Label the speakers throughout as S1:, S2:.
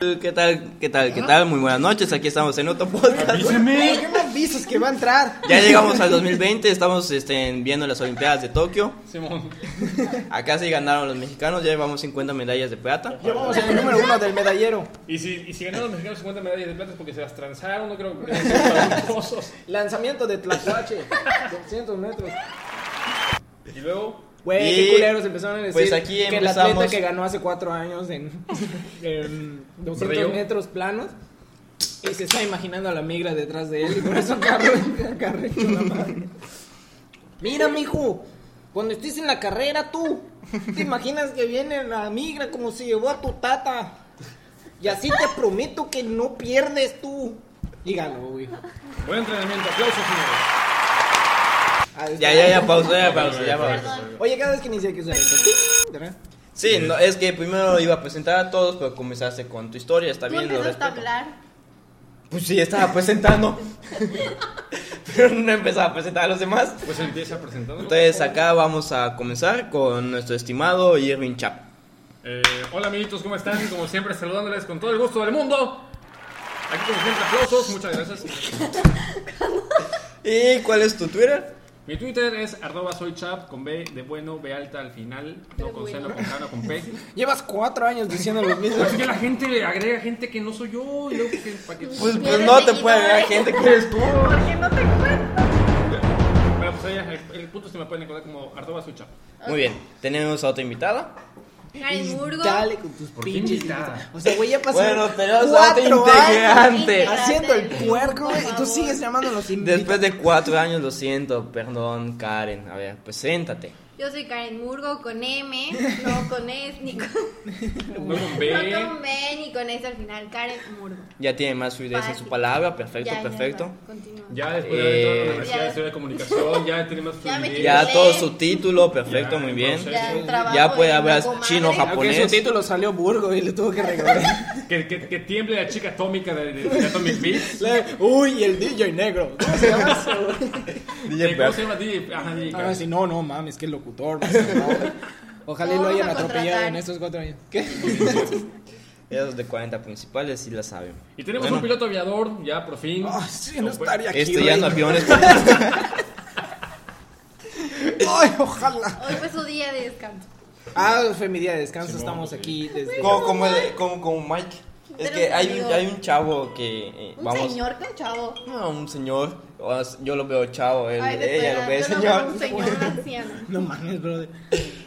S1: ¿Qué tal? ¿Qué tal? ¿Qué tal? Muy buenas noches. Aquí estamos en otro podcast.
S2: Avíseme.
S3: ¿Qué me avisas que va a entrar?
S1: Ya llegamos al 2020, estamos este, viendo las Olimpiadas de Tokio.
S2: Simón.
S1: Acá sí ganaron los mexicanos, ya llevamos 50 medallas de plata.
S3: Ya vamos en el número uno del medallero.
S2: Y si, y si ganaron los mexicanos 50 medallas de plata es porque se las transaron, no creo que sean tramposos.
S3: Lanzamiento de Tlacuache, 200 metros.
S2: Y luego,
S3: Güey,
S1: Y,
S3: qué culeros empezaron a decir
S1: pues, aquí
S3: que el
S1: empezamos.
S3: atleta que ganó hace cuatro años en, en 200
S2: Río.
S3: metros planos y se está imaginando a la migra detrás de él y por eso carre- acarrecho la madre. Mira, mijo, cuando estés en la carrera tú, ¿te imaginas que viene la migra como si llevó a tu tata? Y así te prometo que no pierdes tú. Y ganó, güey.
S2: buen entrenamiento, aplausos, señores.
S3: Ah,
S1: Ya, ya, ya, pausa, ya, pausa, ya, pausa.
S4: Perdón.
S3: Oye, cada vez que inicia hay que usar esto. ¿verdad?
S1: Sí, no, es que primero iba a presentar a todos, pero comenzaste con tu historia, está
S4: Tú
S1: bien, lo
S4: empezaste a
S1: respeto.
S4: hablar.
S1: Pues sí, estaba presentando, pero no empezaba a presentar a los demás.
S2: Pues empieza presentando.
S1: Entonces acá vamos a comenzar con nuestro estimado Irving Chap.
S2: Eh, hola, amiguitos, ¿cómo están? Como siempre, saludándoles con todo el gusto del mundo. Aquí, como siempre, aplausos, muchas gracias.
S1: ¿Y cuál es tu Twitter?
S2: Mi Twitter es arroba soychap con B de bueno, B alta al final, no con C, no con K, no con P.
S3: Llevas cuatro años diciendo lo mismo.
S2: Así que la gente le agrega gente que no soy yo y luego que para que.
S1: Pues,
S4: Mi
S1: pues no te
S4: apellido
S1: puede ver
S4: es-
S1: gente que eres tú.
S4: ¿Por qué no te encuentro?
S2: Bueno, pues ahí el, el punto se me pueden encontrar como arroba soychap.
S1: Muy bien, tenemos a otra invitada.
S4: Ay, Murgo.
S3: Dale con tus
S2: ¿Por qué
S3: pinches.
S2: invitada?
S3: O sea, güey, ya pasaron
S1: Bueno, tenemos a otra
S3: cuatro años
S1: integrante.
S4: años.
S3: haciendo el
S4: Integrante, por
S3: puerco güey, y tú
S4: favor.
S3: sigues llamándolos invitados.
S1: Después de cuatro años, lo siento, perdón, Karen. A ver, preséntate.
S4: Yo soy Karen Murgo con M, no con S, ni con,
S2: No con
S4: no
S2: B.
S4: con B, ni con S al final. Karen Murgo.
S1: Ya tiene más fluidez en su palabra, perfecto,
S4: Ya, ya,
S1: perfecto.
S4: va, continúa.
S2: Ya después de
S1: Eh,
S2: haber entrado a la Universidad de
S4: ya.
S2: Estudio de Comunicación, ya tiene más
S4: Ya me
S2: fluidez.
S4: quité.
S1: Ya todo su título, perfecto,
S2: Ya,
S1: muy bien.
S2: entonces-
S4: Ya, trabajo
S1: Ya puede
S4: de
S1: hablar
S4: comadre.
S1: chino, japonés.
S3: Aunque su título salió burgo y le tuvo que regalar.
S2: Que, que, que tiemble la chica atómica de, de, de Atomic Beats.
S3: Le- Uy, el DJ negro. ¿Cómo se llama eso, güey?
S2: Eh, ¿Cómo se llama DJ? Ajá, DJ.
S3: Ah, sí, no, no, mames, que el locutor. no sé, no, güey. Ojalá y
S4: No,
S3: lo hayan
S4: vamos a
S3: atropellado
S4: contratar.
S3: en estos cuatro años. ¿Qué?
S1: Esos de 40 principales sí la saben.
S2: Y tenemos
S1: Bueno.
S2: un piloto aviador, ya por fin.
S3: Ah, sí, no
S2: Lo fue.
S3: estaría aquí.
S1: Este ya
S3: güey.
S1: no aviones.
S3: Ay, ojalá.
S4: Hoy fue su día de descanso.
S3: Ah, fue mi día de descanso,
S2: Simón,
S3: estamos
S2: sí.
S3: aquí desde...
S1: Como, como, el- como, como Mike. Es
S4: Pero
S1: que hay un,
S4: digo-
S1: hay un chavo que. eh,
S4: Un
S1: vamos.
S4: señor que un chavo.
S1: No, un señor. o sea, Yo lo veo chavo, él-
S4: Ay, de
S1: ella lo
S4: verdad,
S1: ve
S4: yo
S1: señor.
S4: veo un señor anciano.
S3: No mames, brother.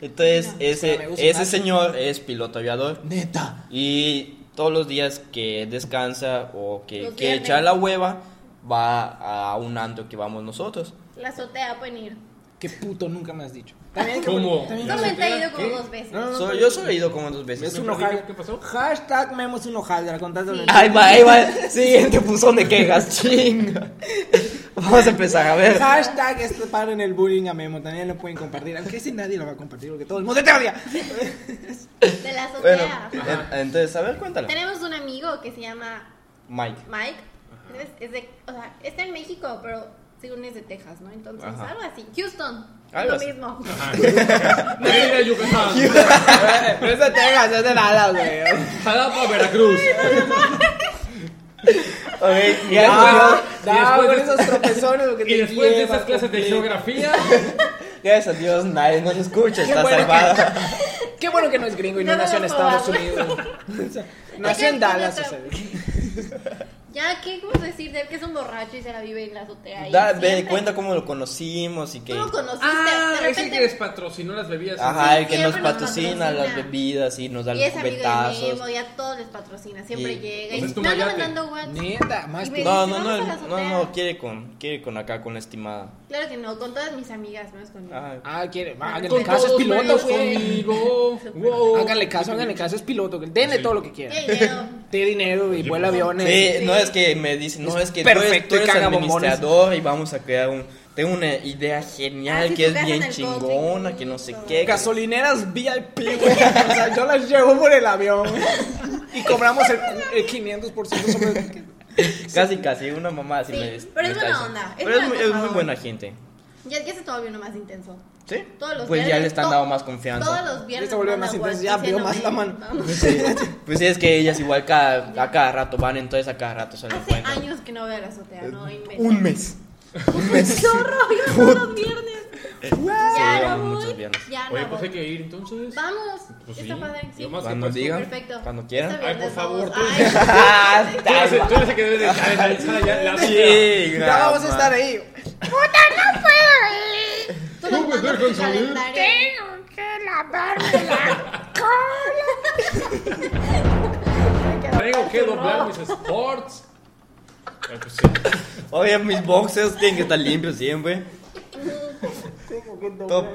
S1: Entonces,
S3: me
S1: ese,
S3: gusta
S1: ese
S3: más.
S1: señor es piloto aviador.
S3: Neta.
S1: Y todos los días que descansa o que
S4: Los
S1: quiere
S4: viernes.
S1: echar la hueva, va a un antro que vamos nosotros.
S4: La azotea pueden ir.
S3: Qué puto nunca me has dicho. También
S2: ¿Cómo?
S3: también-
S2: ¿La
S4: Solamente ha
S2: azotea?
S4: ido como
S2: ¿Qué?
S4: dos veces.
S3: No, no,
S1: So-
S3: no,
S1: yo solo he ido como dos veces.
S3: Es un
S2: ¿Me platicas
S3: hojaldra.
S2: qué pasó?
S3: Hashtag Memo es un hojaldra. Contándole.
S1: Ahí va, ahí va. Siguiente buzón de quejas, chinga. Vamos a empezar, a ver.
S3: Hashtag este paren el bullying a Memo. También lo pueden compartir. Aunque si nadie lo va a compartir porque todo el mundo te odia.
S4: De la
S1: Bueno,
S4: azotea.
S1: en- entonces, a ver, cuéntalo.
S4: Tenemos un amigo que se llama
S1: Mike.
S4: Mike. Es, es de, o sea, está en México, pero según es de Texas, ¿no? Entonces,
S1: Ajá.
S4: algo así. Houston,
S1: Algo
S4: lo
S1: así.
S4: mismo.
S2: Mérida, Yucatán.
S3: Pero es de Texas, es de Dallas, güey.
S2: Jalapa, Veracruz.
S1: Ok, ya
S3: Ah,
S1: Dios,
S3: da,
S2: después
S3: con
S2: de-
S3: esos tropezones lo que
S2: Y
S3: te
S2: después de
S3: llevas,
S2: esas clases de
S3: compadre.
S2: geografía,
S1: gracias a Dios, nadie nos escucha, está
S3: bueno que-
S1: salvada.
S3: Qué bueno que no es gringo y no,
S4: No me
S3: nació en
S4: lo
S3: Estados
S4: probaron.
S3: Unidos. O sea, nació en
S4: Oigan,
S3: Dallas, o
S4: otra-
S3: sea.
S4: Ya, ¿qué vamos a decir de él que es un borracho y se la vive en la azotea? y
S1: Da, ve,
S4: siempre-
S1: cuenta cómo lo conocimos y que.
S4: Tú lo conociste,
S2: ah,
S4: de
S2: es el
S4: repente.
S2: que les patrocinó las bebidas.
S1: Ajá, Ah, el que nos
S4: Siempre nos
S1: patrocina
S4: patrocina.
S1: las bebidas y nos da
S4: y
S1: los
S4: es amigo de
S1: cubetazos.
S4: Memo, ya todos les patrocina, siempre
S1: Y-
S4: llega.
S2: Pues
S4: Y
S2: es tu
S4: me anda
S2: mayate.
S4: mandando WhatsApp.
S3: Neta, más
S4: Y
S3: que.
S4: me-
S1: No,
S4: dice,
S1: no,
S4: "Vamos
S1: no,
S4: a la
S1: no,
S4: azotea".
S1: no, quiere con, quiere con acá, con la estimada.
S4: Claro que no, con todas mis amigas, menos con
S1: Ay,
S3: Ah, quiere. Ah, que
S2: Con
S3: le caso es
S2: todos
S3: piloto,
S2: menos
S3: güey.
S2: conmigo. Wow.
S3: Háganle caso, háganle caso, es piloto. Denle
S2: Sí.
S3: todo lo que quiera.
S4: Qué dinero.
S3: Te dinero y vuela aviones.
S1: Sí,
S4: Sí.
S1: no es que me dicen, no es que tú eres,
S3: perfecto
S1: tú
S3: y
S1: eres
S3: caga
S1: administrador y vamos a crear un. Tengo una idea genial
S4: Ah, sí,
S1: que
S4: tú
S1: es
S4: cagas en
S1: bien
S4: el
S1: chingona,
S4: Goldwing.
S1: que no sé qué.
S3: Gasolineras VIP, güey. O sea, yo las llevo por el avión. güey. Y cobramos el, el 500% sobre.
S1: Casi, casi, una mamá así
S4: Sí,
S1: me
S4: pero es
S1: me
S4: buena
S1: está
S4: onda,
S1: diciendo.
S4: es
S1: Pero es
S4: buena
S1: muy,
S4: onda.
S1: es muy buena gente.
S4: Y es que ese todavía uno más intenso.
S1: ¿Sí?
S4: Todos los
S1: pues ya
S4: viernes,
S1: le están
S4: to-
S1: dando más confianza.
S4: Todos los viernes.
S3: se volvió
S4: manda
S3: más
S4: WhatsApp
S3: intenso, ya abrió
S4: diciéndome,
S3: más la mano.
S4: "Vamos".
S1: Pues sí, pues sí, es que ellas igual cada, a cada rato van, entonces a cada rato se lo
S4: Hace
S1: encuentran.
S4: años que no veo la azotea, no inventes.
S1: Un mes. Un mes.
S4: ¡Zorro! Yo todos los viernes.
S1: Sí,
S4: Ya no
S1: vamos muchos
S4: voy.
S1: viernes.
S4: Ya no
S2: Oye, pues hay
S4: voy.
S2: que ir entonces.
S4: Vamos.
S2: Pues
S4: Está
S2: sí,
S4: padre. Sí.
S2: yo más que
S1: Cuando
S2: puesto.
S1: digan.
S4: Perfecto.
S1: Cuando quieran.
S4: Este
S2: Ay, por
S4: viernes
S2: favor,
S4: vamos.
S2: tú.
S4: Ay,
S1: Ah,
S2: Tú
S1: está
S2: eres el-
S1: mal.
S2: tú eres el que debe de estar en la sala ya. la-
S1: Sí,
S3: Ya vamos a estar ahí.
S4: Tú no
S2: puedes ver
S4: mandas
S2: con
S4: tu calendario.
S5: Tengo que lavarme la cola.
S2: Tengo que doblar mis sports. Ay, pues sí.
S1: Oye, mis boxes tienen que estar limpios siempre. Top.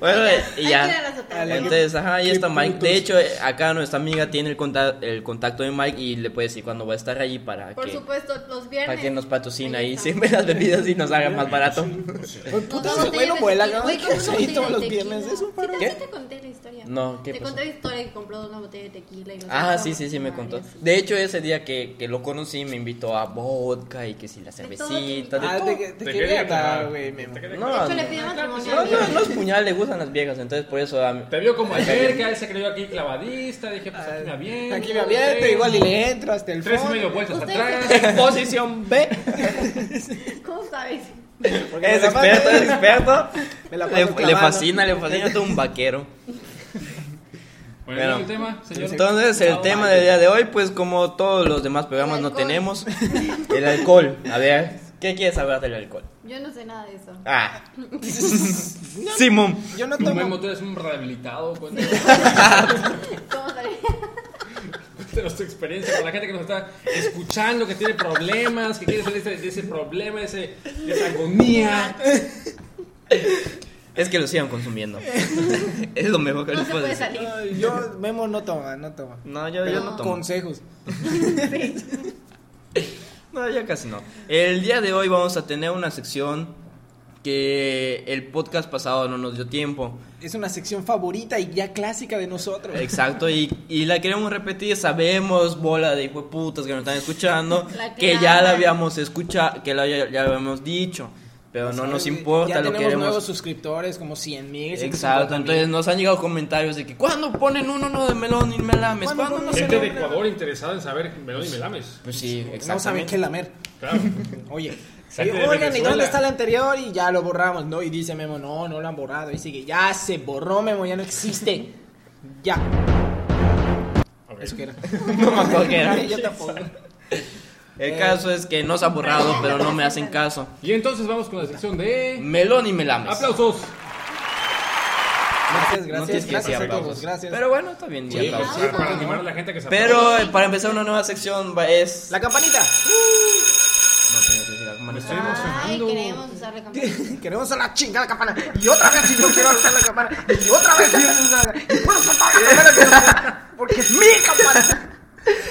S1: bueno, y
S4: Hay que ir a la
S1: ya.
S4: azotea.
S1: Entonces, ajá, ahí
S3: Qué
S1: está Mike.
S3: putos.
S1: De hecho, eh, acá nuestra amiga tiene el contacto, el contacto de Mike y le puede decir cuándo va a estar allí para
S4: Por
S1: que
S4: supuesto, los viernes.
S1: para que nos patrocine ahí
S4: está.
S1: siempre las bebidas y nos haga más barato.
S3: Pues, puta,
S4: Dos botellas
S3: ese güey no
S4: de
S3: vuela,
S4: tequila.
S3: ¿no?
S4: Güey,
S3: Hay
S4: ¿cómo
S3: que
S4: una
S3: hacer ahí
S4: botella
S3: todos
S4: de
S3: los
S4: tequila?
S3: viernes. Es un
S4: Sí,
S3: paro.
S4: te- sí te conté la historia.
S1: No, ¿qué
S4: Te
S1: pasó?
S4: conté la historia que compró una botella de tequila y nos
S1: Ah,
S4: hizo
S1: sí, sí, sí, me
S4: tomar
S1: contó.
S4: y así.
S1: De hecho, ese día que, que lo conocí, me invitó a vodka y que si la
S4: De todo te
S1: cervecita.
S4: invitó.
S1: de
S3: Ah,
S1: todo.
S3: te, te,
S2: Te
S3: quería
S2: quería
S3: atar,
S2: acabar.
S3: güey, mi amor.
S2: Te quería-
S1: No,
S4: De hecho, le
S1: no.
S4: pidió matrimonio
S1: No,
S4: a mi
S1: no,
S4: amigo.
S1: los puñales le gustan las viejas, entonces por eso a mí-
S2: Te vio como ayer, que a él se creyó aquí clavadista. Dije, pues aquí me aviento.
S3: Aquí me abierto, igual y le entro hasta el
S2: Tres y
S3: fondo.
S2: medio vueltas
S4: Ustedes-
S2: atrás.
S1: Posición B.
S4: ¿Cómo sabes?
S3: Porque
S1: Es
S3: me la paso-
S1: experto, es experto.
S3: Me la paso
S1: Le, le
S3: clavando.
S1: fascina, le fascina todo un vaquero.
S2: Bueno, ¿y el tema, señor.
S1: Entonces, el tema del día de hoy, pues como todos los demás programas
S4: El
S1: no
S4: alcohol.
S1: tenemos, el alcohol. A ver, ¿qué quieres saber del alcohol?
S4: Yo no sé nada de eso.
S1: Ah. Simón.
S3: Yo no
S2: Tu
S3: tomo.
S2: Memo, tú eres un rehabilitado. Cuéntanos
S4: ¿Cómo sabes?
S2: cuéntanos tu experiencia con la gente que nos está escuchando, que tiene problemas, que quiere salir de de ese problema, de, ese, de esa agonía.
S1: Es que lo sigan consumiendo. es lo mejor que
S4: No
S1: les
S4: se
S1: puedo
S4: puede
S1: decir.
S4: salir.
S3: No, Yo, Memo no toma, no toma.
S1: No, yo, yo
S3: Pero
S1: no tomo.
S3: consejos.
S1: No, ya casi no. El día de hoy vamos a tener una sección que el podcast pasado no nos dio tiempo.
S3: Es una sección favorita y ya clásica de nosotros.
S1: Exacto, y, y la queremos repetir. Sabemos, bola de putas que nos están escuchando,
S4: La
S1: que ya
S4: clavan.
S1: la habíamos escuchado, que la, ya, ya lo habíamos dicho, pero no nos importa,
S3: ya
S1: lo
S3: tenemos nuevos
S1: queremos.
S3: suscriptores, como 100 mil.
S1: Exacto, entonces nos han llegado comentarios de que cuando ponen un uno de melón y melames,
S3: ¿Cuándo
S1: ¿Cuándo
S3: ponen
S1: no
S2: Gente
S1: se
S2: de Ecuador interesada en saber melón y melames.
S1: Pues sí,
S3: No saben qué
S1: exactamente.
S3: lamer.
S2: Claro.
S3: Oye,
S2: Saque de
S3: oigan, ¿y
S2: Venezuela.
S3: dónde está el anterior? Y ya lo borramos, ¿no? Y dice Memo, no, no lo han borrado. Y sigue, ya se borró Memo, ya no existe. Ya.
S2: Ok.
S3: Eso que era.
S1: No me acuerdo qué era.
S3: Yo tampoco.
S1: El caso es que no se ha borrado, pero no me hacen caso.
S2: Y entonces vamos con la sección de.
S1: Melón y melames.
S2: ¡Aplausos!
S3: Gracias,
S1: No tienes
S3: gracias,
S1: que decir pues.
S3: gracias a
S1: aplausos.
S3: todos. Gracias.
S1: Pero bueno, está bien. ya
S3: Sí,
S1: aplausos.
S2: Para, para animar a la gente que se
S1: Pero eh, para empezar una nueva sección va- es...
S3: La Pues campanita.
S1: No tengo que decir algo
S2: Me
S1: más.
S2: estoy
S4: Ay,
S2: emocionando.
S4: queremos usar la campana.
S3: Queremos a la chingada campana. Y otra vez si yo quiero usar la campana. Y otra vez si yo quiero usar la campana. Y puedo soltar la campana que no está, Porque es mi campana.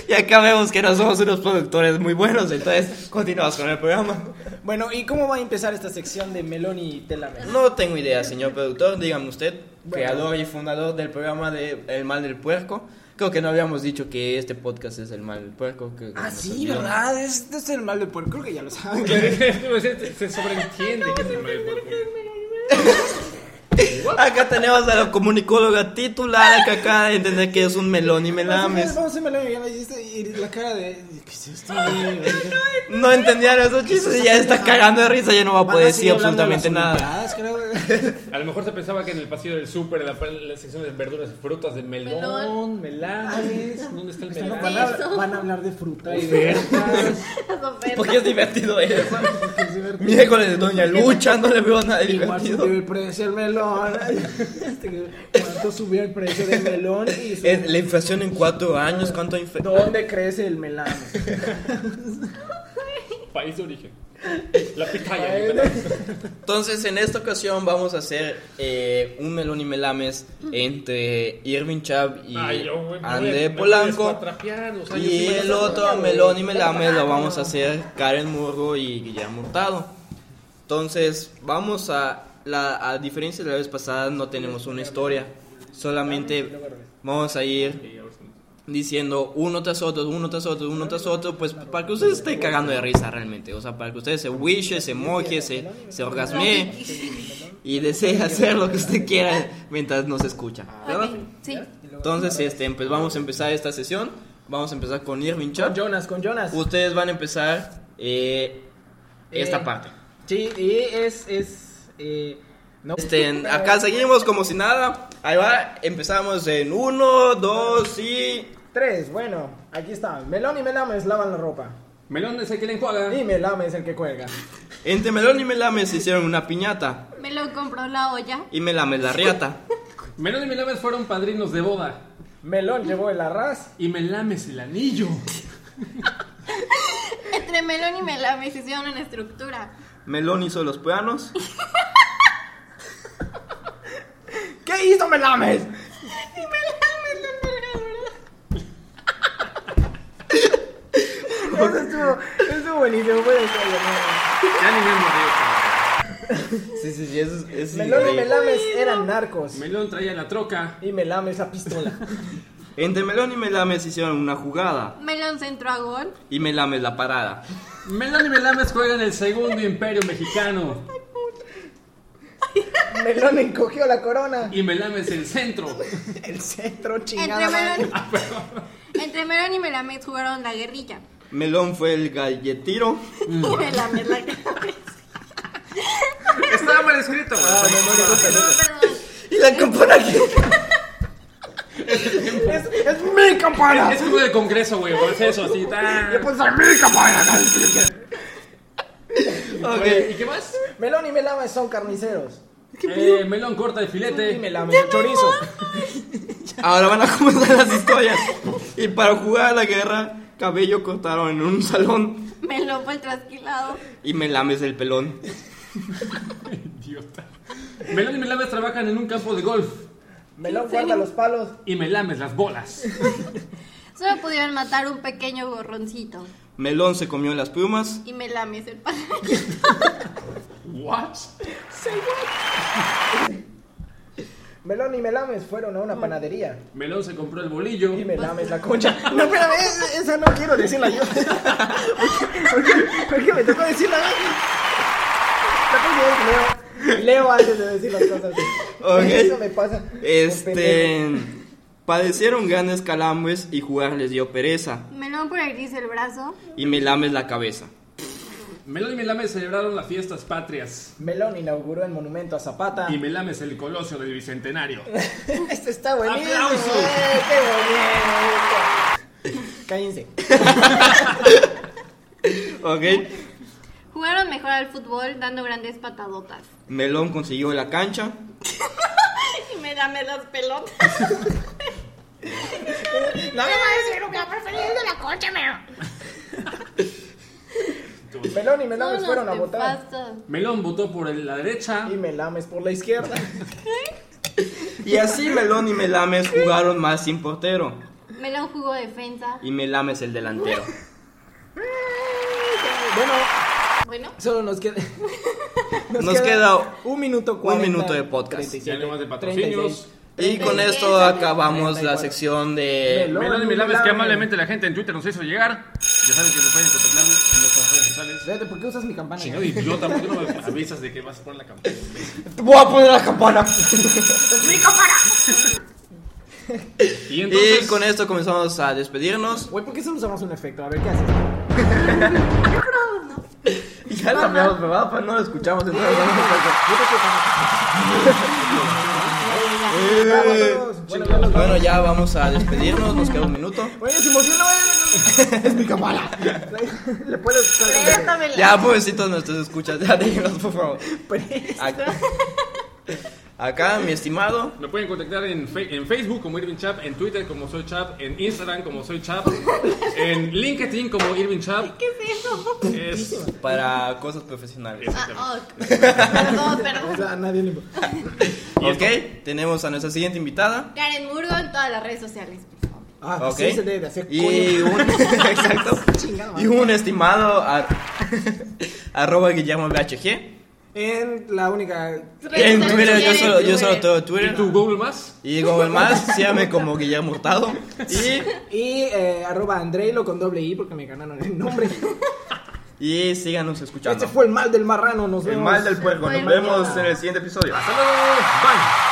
S1: Y acá vemos que no somos unos productores muy buenos, entonces continuamos con el programa.
S3: Bueno, ¿y cómo va a empezar esta sección de Melón y Telame?
S1: No tengo idea, señor productor, dígame usted,
S3: Bueno.
S1: creador y fundador del programa de El Mal del Puerco. Creo que no habíamos dicho que este podcast es El Mal del Puerco. creo que
S3: Ah,
S1: nos
S3: sí,
S1: olvidó.
S3: ¿verdad? Este es el mal del puerco, creo que ya lo saben.
S2: pues, se se sobreentiende que es el melón y melames.
S1: Acá tenemos a la comunicóloga titular que acaba de entender que es un melón y melames.
S3: Vamos a hacer melón y ya lo hiciste, y la cara de... ¿Qué es esto? No
S1: No entendía esos chistes y ya
S3: Ah.
S1: está cagando de risa, ya no va a poder decir absolutamente nada.
S2: A lo mejor se pensaba que en el pasillo del súper, en la, en la sección de verduras y frutas, de melón,
S4: Melón.
S2: melames. ¿Dónde está el melón?
S3: Van a, van a hablar de fruta y de
S2: Ofertas.
S4: Las ofertas.
S1: Porque es divertido eso.
S3: porque es divertido.
S1: Miércoles, doña Lucha, no le veo nada de
S3: Igual
S1: divertido.
S3: subió el precio del melón. Este, ¿Cuánto subió el precio del melón? Y su-
S1: Es la inflación en cuatro años, ¿cuánto infla-
S3: ¿Dónde crece el melón?
S2: País de origen. La pitaya. mi verdad.
S1: Entonces, en esta ocasión vamos a hacer eh, un melón y melames entre Irving Chab y
S2: Ay, yo, güey, me voy a- me
S1: André
S2: voy a
S1: Polanco.
S2: escuatrapear, o sea, yo sí
S1: Y
S2: me
S1: el
S2: lo sé.
S1: otro melón y melames lo vamos a hacer Karen Murgo y Guillermo Hurtado. Entonces, vamos a. La, a diferencia de la vez pasada, no tenemos una historia. Solamente vamos a ir diciendo uno tras otro, uno tras otro, uno tras otro, pues para que usted se esté cagando de risa realmente. O sea, para que usted se wishe, se moque, se, se orgasmee y desee hacer lo que usted quiera mientras nos escucha. ¿verdad?
S4: Ok, sí.
S1: Entonces, este, pues vamos a empezar esta sesión. Vamos a empezar con Irving
S3: Con
S1: Chan.
S3: Jonas, con Jonas.
S1: Ustedes van a empezar eh, esta
S3: Eh.
S1: parte.
S3: Sí, y es, es, eh, no.
S1: Este, acá seguimos como si nada. Ahí va, empezamos en uno, dos y.
S3: Tres, bueno, aquí está. Melón y Melames lavan la ropa.
S2: Melón es el que le enjuaga.
S3: Y Melame es el que cuelga.
S1: Entre Melón y Melame se hicieron una piñata.
S4: Me lo compró la olla.
S1: Y Melame la riata.
S2: Melón y Melames fueron padrinos de boda.
S3: Melón llevó el arras.
S2: Y Melames el anillo.
S4: Entre melón y melame se hicieron una estructura.
S1: Melón hizo los planos.
S3: ¿Qué hizo Melames?
S4: Y melame la envergadura.
S3: Eso estuvo, estuvo buenísimo, fue de serio, no.
S2: Ya ni me morí.
S1: Sí, sí, sí, eso es- es
S3: Melón y
S1: increíble.
S3: Melames eran narcos.
S2: Melón traía la troca.
S3: Y Melames la pistola.
S1: Entre Melón y Melame se hicieron una jugada.
S4: Melón se entró a gol.
S1: Y Melame la parada.
S2: Melón y Melames juegan el segundo imperio mexicano.
S3: Melón encogió la corona.
S2: Y Melames el centro.
S3: El centro
S4: Entre
S3: chingada. madre. Ah,
S4: melón, entre melón y melame jugaron la guerrilla.
S1: Melón fue el galletiro.
S4: Y melame la cabeza.
S2: Estaba mal escrito.
S3: Ah, no, no, disculpe,
S4: No, perdón.
S1: Y la campana que-
S3: no. Es, es mi campana.
S2: Es como del congreso, güey. o Es eso, así.
S3: Yo
S2: tan.
S3: puedo usar mi campana. no, es que yo quiero.
S2: ¿Y qué más?
S3: Melón y Melames son carniceros.
S2: Eh, melón corta el
S3: Y
S2: filete.
S3: Melames el chorizo.
S1: Ahora van a comenzar las historias. Y para jugar a la guerra, cabello cortaron en un salón.
S4: Melón fue el trasquilado.
S1: Y Melame es el pelón.
S2: Idiota. Melón y Melames trabajan en un campo de golf.
S3: Melón guarda los palos.
S2: Y Melames las bolas.
S4: Solo pudieron matar un pequeño gorroncito.
S1: Melón se comió las plumas.
S4: Y melame es el pajarito.
S2: What?
S3: Melón y Melames fueron a una panadería.
S2: Melón se compró el bolillo.
S3: Y Melames la concha. No, espérame, es- esa no quiero decirla yo. ¿Por qué, por qué- por qué me tocó decirla a mí? La próxima vez Leo, leo antes de decir las cosas.
S1: Ok.
S3: Eso me pasa. por pendejo.
S1: Este. Padecieron grandes calambres y jugar les dio pereza.
S4: Melón por el gris el brazo.
S1: Y Melame es la cabeza.
S2: Melón y Melames celebraron las fiestas patrias.
S3: Melón inauguró el monumento a Zapata.
S2: Y Melames el colosio del bicentenario.
S3: Este está buenísimo.
S2: ¡Aplausos!
S3: eh, ¡Qué bonito! Cállense.
S1: Ok.
S4: Jugaron mejor al fútbol dando grandes patadotas.
S1: Melón consiguió la cancha.
S4: Y melame las pelotas.
S5: No me voy a decir lugar preferido de la concha, meo.
S3: Melón y Melames
S4: Solo
S3: fueron a
S4: te
S3: votar.
S4: pasas.
S2: Melón votó por el- la derecha.
S3: Y Melames por la izquierda.
S1: Y así Melón y Melames jugaron más sin portero.
S4: Melón jugó defensa.
S1: Y Melame es el delantero.
S3: Bueno,
S4: Bueno,
S3: solo nos queda.
S1: Nos queda
S3: un minuto
S1: un
S3: 40,
S1: minuto de podcast.
S3: 37,
S2: Ya no más de patrocinios.
S3: 36.
S1: Y con esto acabamos la sección de.
S2: Melón y Melames que amablemente la gente en Twitter nos hizo llegar. Ya saben que nos pueden contactar en nuestras redes sociales.
S3: Espérate, ¿por qué usas mi campana?
S2: Chingado idiota, ¿por qué no me avisas de que vas a poner la campana?
S1: Voy a poner la campana.
S2: Y entonces,
S1: Y con esto comenzamos a despedirnos.
S3: Güey, ¿por qué solo usamos un efecto? A ver, ¿qué haces?
S1: Eh, Y ya cambiamos, ¿verdad? Pues no lo escuchamos. entonces, vamos a-
S3: Vámonos. Bueno, vámonos.
S1: Bueno, ya vamos a despedirnos. Nos queda un minuto.
S3: Güey, se emocionó, güey. Es mi campana. Le puedes.
S4: préstamela.
S1: Ya, pobrecitos nuestros escuchas. Ya déjenlos, por favor. Acá, acá, mi estimado.
S2: me pueden contactar en, fe- en Facebook como Irving Chap, en Twitter como Soy Chap, en Instagram como Soy Chap, en LinkedIn como Irving Chap.
S4: ¿qué es eso?
S2: Es,
S1: Para cosas profesionales.
S4: Ah, ok. Perdón,
S3: O
S4: perdón.
S3: sea, a nadie le importa.
S1: Ok, tenemos a nuestra siguiente invitada.
S4: Karen Murgo en todas las redes sociales, por favor.
S3: Ah,
S1: Ok.
S3: sí, se debe de hacer
S1: Y
S3: coño.
S1: un, exacto.
S3: Chingada
S1: Y un estimado a- arroba Guillermo BHG.
S3: en la única.
S1: En Twitter, yo solo, yo solo tengo Twitter.
S2: ¿Y tu Google más?
S1: Y como el más, síganme como Guillermo Hurtado. Y,
S3: Y eh, arroba Andreilo con doble I porque me ganaron el nombre.
S1: y síganos escuchando.
S3: Este fue el mal del marrano. Nos
S6: El
S3: vemos.
S6: mal del puerco. Nos vemos en el siguiente episodio.
S2: Hasta luego. Bye.